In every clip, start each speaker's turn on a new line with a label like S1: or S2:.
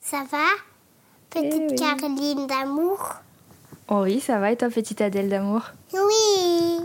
S1: ça va Petite
S2: oui.
S1: Caroline d'amour
S2: Oh oui, ça va et toi, petite Adèle d'amour
S1: Oui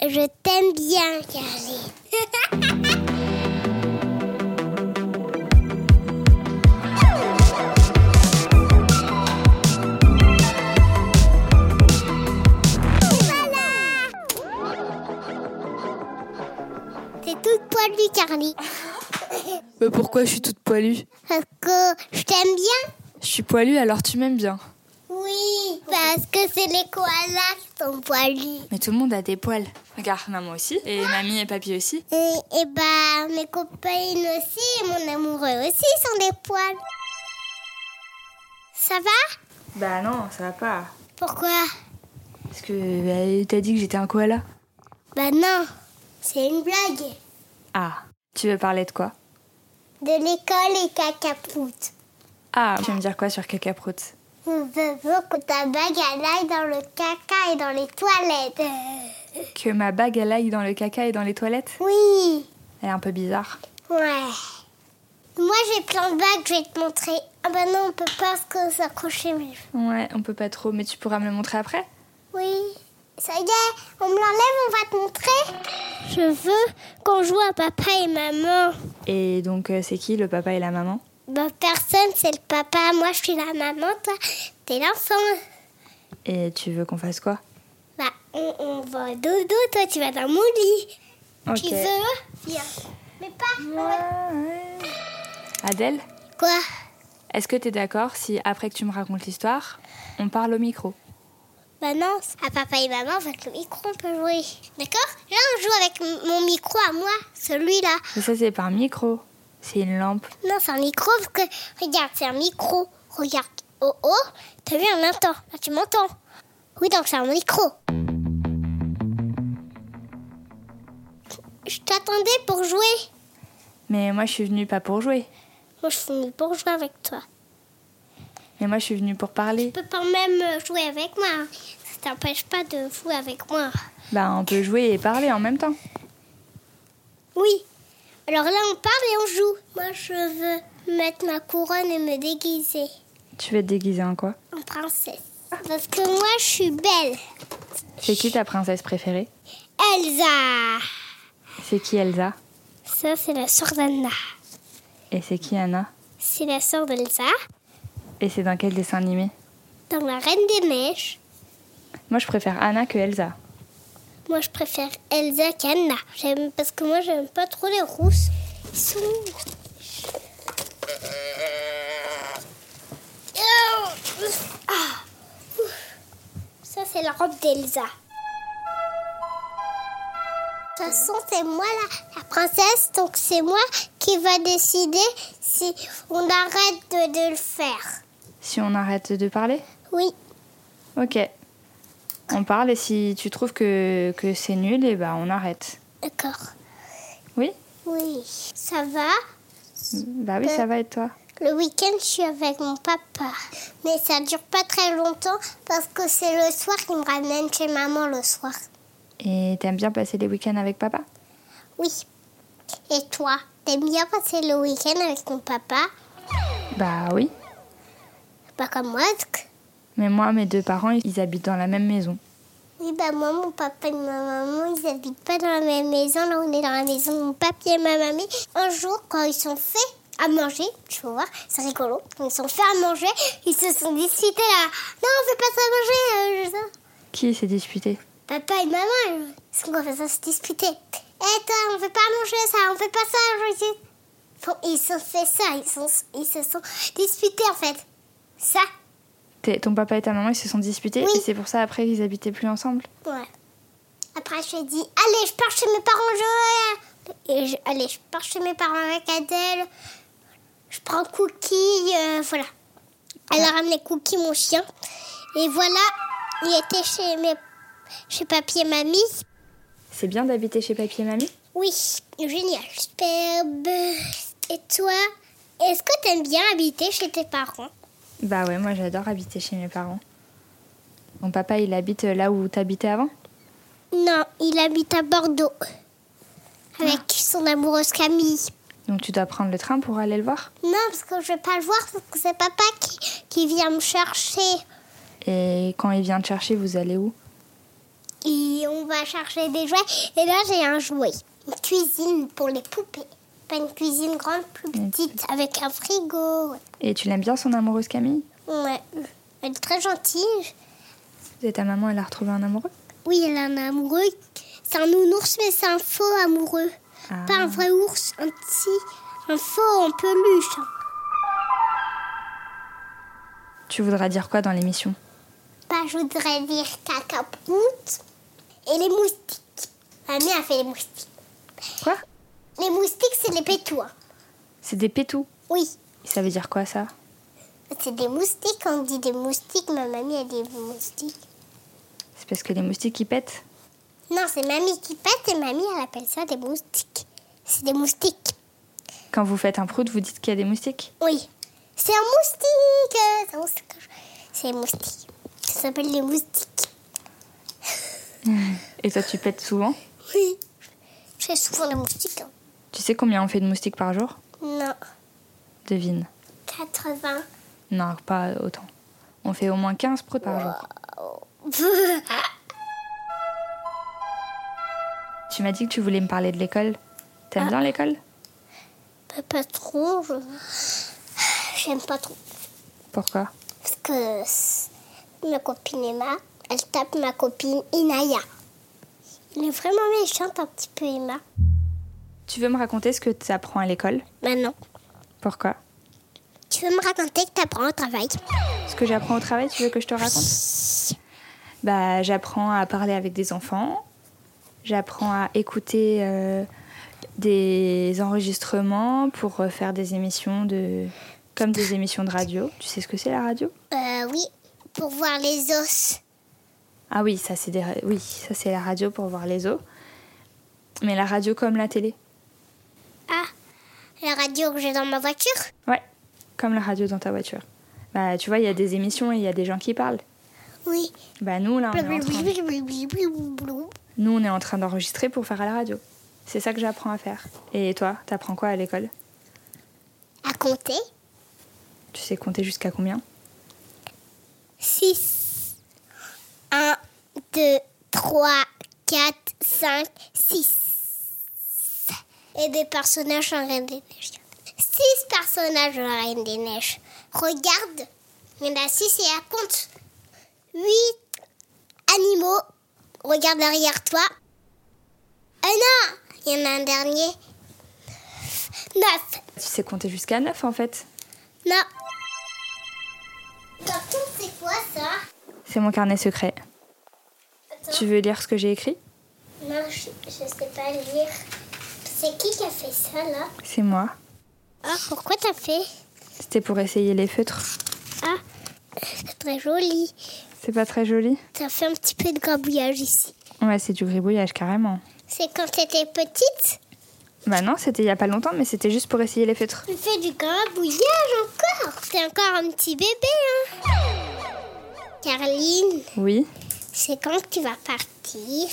S1: Je t'aime bien, Caroline. T'es toute poilue, Carly.
S2: Bah,
S3: Mais pourquoi je suis toute poilue
S1: Parce que je t'aime bien.
S3: Je suis poilue alors tu m'aimes bien.
S1: Oui, parce que c'est les koalas qui sont poilus.
S3: Mais tout le monde a des poils. Ah. Regarde, maman aussi, et mamie et papy aussi.
S1: Et, et bah, mes copaines aussi, et mon amoureux aussi sont des poils. Ça va
S2: Bah non, ça va pas.
S1: Pourquoi
S2: Parce que bah, t'as dit que j'étais un koala.
S1: Bah non, c'est une blague.
S2: Ah, tu veux parler de quoi
S1: De l'école et cacapoute.
S2: Ah, tu veux me dire quoi sur Cacaproute
S1: Je veux que ta bague elle aille dans le caca et dans les toilettes. Euh,
S2: Que ma bague elle aille dans le caca et dans les toilettes
S1: Oui,
S2: Elle est un peu bizarre.
S1: ouais. Moi j'ai plein de bagues, je vais te montrer. Ah bah non, on peut pas se s'accrocher. Mais...
S2: Ouais, on peut pas trop, mais tu pourras me le montrer après
S1: Oui, ça y est, on me l'enlève, on va te montrer. Je veux qu'on joue à papa et maman.
S2: Et donc, euh, c'est qui le papa et la maman
S1: Bah personne, c'est le papa, moi je suis la maman, toi t'es l'enfant.
S2: Et tu veux qu'on fasse quoi
S1: Bah on, on va dodo, toi tu vas dans mon lit. Tu veux Viens. Mais pas.
S2: Ouais. Adèle,
S1: Quoi
S2: est-ce que t'es d'accord si, après que tu me racontes l'histoire, on parle au micro
S1: Bah non, à papa et maman, avec le micro, on peut jouer. D'accord Là, on joue avec m- mon micro à moi, celui-là.
S2: Mais ça, c'est pas un micro, c'est une lampe.
S1: Non, c'est un micro, parce que, regarde, c'est un micro. Regarde, oh oh, t'as vu, on entend. Là, tu m'entends. Oui, donc c'est un micro. Je t'attendais pour jouer.
S2: Mais moi, je suis venue pas pour jouer.
S1: Moi, je suis venue pour jouer avec toi.
S2: Mais moi, je suis venue pour
S1: Tu
S2: parler.
S1: peux quand même euh, jouer avec moi. hein. Ça t'empêche pas de jouer avec moi.
S2: Bah, on peut jouer et parler en même temps.
S1: Oui. Alors là, on parle et on joue. Moi, je veux mettre ma couronne et me déguiser
S2: Tu veux te déguiser en quoi
S1: en princesse. Parce que moi, je suis belle.
S2: C'est qui ta princesse préférée
S1: Elsa
S2: C'est qui Elsa
S1: Ça, c'est la sœur d'Anna.
S2: Et c'est qui Anna
S1: C'est la sœur d'Elsa
S2: Et c'est dans quel dessin animé
S1: dans La Reine des Neiges.
S2: Moi, je préfère Anna que Elsa.
S1: Moi, je préfère Elsa qu'Anna. J'aime parce que moi, j'aime pas trop les rousses. Ils sont... Ah, ouf. Ça, c'est la robe d'Elsa. De toute façon, c'est moi la, la princesse, donc c'est moi qui va décider si on arrête de, de le faire.
S2: Si on arrête de parler
S1: Oui,
S2: Ok. On parle et si tu trouves que, que c'est nul, et bah on arrête.
S1: d'accord.
S2: Oui
S1: Oui, ça va.
S2: Bah oui, ça va être toi.
S1: Le week-end, je suis avec mon papa. Mais ça dure pas très longtemps parce que c'est le soir qu'il me ramène chez maman le soir.
S2: Et t'aimes bien passer les week-ends avec papa
S1: Oui. Et toi, t'aimes bien passer le week-end avec ton papa
S2: Bah oui.
S1: Pas comme moi. tsk.
S2: Mais moi, mes deux parents, ils habitent dans la même maison.
S1: Oui, bah moi, mon papa et ma maman, ils habitent pas dans la même maison. Là, on est dans la maison de mon papier et ma mamie. Un jour, quand ils sont faits à manger, tu vas voir, c'est rigolo. Quand ils sont faits à manger, ils se sont disputés là. Non, on fait pas ça à manger. euh, je sais.
S2: Qui s'est disputé
S1: Papa et maman, elles- ils sont comme ça se disputer. Eh toi, on fait pas manger ça, on fait pas ça aujourd'hui. Bon, ils se sont fait ça, ils, sont, ils se sont disputés en fait. Ça,
S2: T'es- Ton papa et ta maman, ils se sont disputés
S1: Oui.
S2: et c'est pour ça après qu'ils habitaient plus ensemble.
S1: ouais. Après, je lui ai dit, allez, je pars chez mes parents, je... Et je- allez, je pars chez mes parents avec Adèle. Je prends Cookie, euh, voilà. Elle a ramené Cookie, mon chien. Et voilà, il était chez, mes... chez papy et mamie.
S2: C'est bien d'habiter chez papy et mamie
S1: Oui, génial, superbe. Et toi, est-ce que t'aimes bien habiter chez tes parents
S2: Bah ouais, moi j'adore habiter chez mes parents. Mon papa, il habite euh, là où t'habitais avant
S1: Ah. Non, il habite à Bordeaux avec son amoureuse Camille.
S2: Donc tu dois prendre le train pour aller le voir.
S1: Non, parce que je vais pas le voir, parce que c'est papa qui, qui vient me chercher.
S2: Et quand il vient te chercher, vous allez où
S1: Et on va chercher des jouets. Et là, j'ai un jouet. Une cuisine pour les poupées. Pas une cuisine grande, plus petite, avec un frigo.
S2: Et tu l'aimes bien son amoureuse Camille
S1: Ouais. Elle est très gentille.
S2: Et ta maman, elle a retrouvé un amoureux
S1: Oui, elle a un amoureux. C'est un nounours, mais c'est un faux amoureux.
S2: Ah.
S1: Pas un vrai ours, un petit, un faux en peluche.
S2: Tu voudras dire quoi dans l'émission
S1: Bah, je voudrais dire cacaproute et les moustiques. Mamie a fait les moustiques.
S2: Quoi
S1: Les moustiques, c'est les pétois.
S2: C'est des pétous.
S1: Oui,
S2: Et ça veut dire quoi ça
S1: c'est des moustiques. On dit des moustiques, ma mamie a des moustiques.
S2: C'est parce que les moustiques ils pètent.
S1: Non, c'est mamie qui pète et mamie, elle appelle ça des moustiques. C'est des moustiques.
S2: Quand vous faites un prout, vous dites qu'il y a des moustiques.
S1: Oui, c'est un moustique. euh, C'est un moustique. C'est un moustique. Ça s'appelle les moustiques.
S2: Et toi, tu pètes souvent.
S1: Oui, je fais souvent des moustiques. hein.
S2: Tu sais combien on fait de moustiques par jour
S1: Non,
S2: Devine.
S1: 80.
S2: Non, pas autant. On fait au moins 15 proutes par jour. Tu m'as dit que tu voulais me parler de l'école. T'aimes bien l'école
S1: Pas, pas trop. je- J'aime pas trop.
S2: Pourquoi
S1: Parce que s- ma copine Emma, elle tape ma copine Inaya. Elle est vraiment méchante un petit peu, Emma.
S2: Tu veux me raconter ce que tu apprends à l'école
S1: Maintenant,
S2: Pourquoi
S1: tu veux me raconter que t'apprends au travail
S2: Ce que j'apprends au travail, tu veux que je te raconte Bah, j'apprends à parler avec des enfants. J'apprends à écouter euh, des enregistrements pour euh, faire des émissions de comme des émissions de radio. Tu sais ce que c'est la radio
S1: Euh, oui, pour voir les os.
S2: Ah oui, ça c'est des ra- oui, ça c'est la radio pour voir les os. Mais la radio comme la télé.
S1: Ah, la radio que j'ai dans ma voiture
S2: Ouais, comme la radio dans ta voiture. Bah, tu vois, il y a des émissions et il y a des gens qui parlent.
S1: Oui.
S2: Bah nous là, on est en train,
S1: Blou-blou-blou-blou-blou-blou.
S2: nous on est en train d'enregistrer pour faire à la radio. C'est ça que j'apprends à faire. Et toi, t'apprends quoi à l'école
S1: À compter
S2: Tu sais compter jusqu'à combien
S1: 6. 1, 2, 3, 4, 5, 6. Et des personnages en Reine des Neiges. 6 personnages en Reine des Neiges. Regarde, il y en a 6 et à compte. 8 animaux. Regarde derrière toi. Ah non, il y en a un dernier. 9.
S2: Tu sais compter jusqu'à 9 en fait.
S1: Non. Tonton, c'est quoi ça
S2: C'est mon carnet secret. Tu veux lire ce que j'ai écrit
S1: Non, je, je sais pas lire. C'est qui qui a fait ça là
S2: C'est moi.
S1: Ah, pourquoi t'as fait
S2: C'était pour essayer les feutres.
S1: Ah, c'est très joli.
S2: C'est pas très joli
S1: T'as fait un petit peu de grabouillage ici.
S2: Ouais, c'est du gribouillage carrément.
S1: C'est quand t'étais petite
S2: Bah non, c'était il y a pas longtemps, mais c'était juste pour essayer les feutres.
S1: Tu fais du grabouillage encore T'es encore un petit bébé, hein Caroline,
S2: Oui.
S1: c'est quand que tu vas partir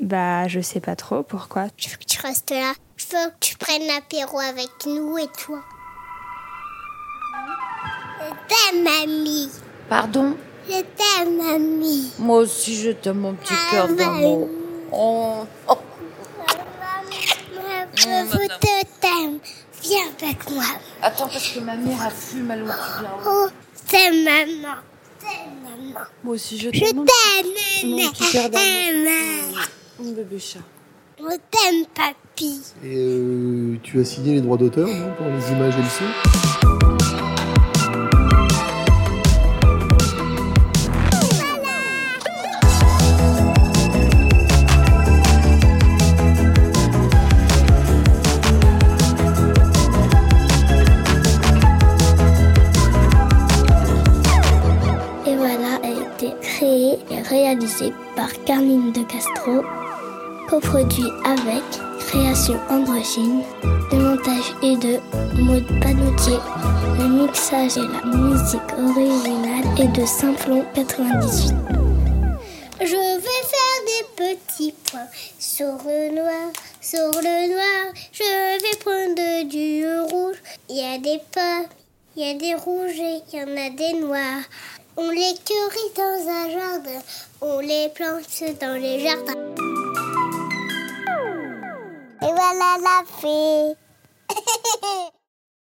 S2: Bah je sais pas trop pourquoi.
S1: Je veux que tu restes là. Je veux que tu prennes l'apéro avec nous et toi. Je t'aime, mamie.
S4: Pardon
S1: Je t'aime, mamie.
S4: Moi aussi, je t'aime, mon petit
S1: Ah,
S4: cœur d'amour.
S1: bah,
S4: Oh, oh.
S1: Je te t'aime. Viens avec moi.
S4: Attends, parce que ma mère a fume, elle aussi bien.
S1: Oh, c'est maman. C'est maman.
S4: Moi aussi, je
S1: Je
S4: t'aime, mon
S1: t'aime.
S4: Mon petit cœur d'amour.
S1: maman.
S4: mon bébé chat.
S1: Je t'aime, papy.
S5: Et euh, tu as signé les droits d'auteur non, pour les images et le son
S6: Et voilà a été créé et réalisé par Carline de Castro, coproduit avec Création Androgyne, le montage est de Maud Panoutier, le mixage et la musique originale est de Simplon 98.
S1: Je vais faire des petits points sur le noir, sur le noir. Je vais prendre du rouge. Il y a des pommes, il y a des rouges et il y en a des noirs. On les cueille dans un jardin, on les plante dans les jardins. Et voilà la fée.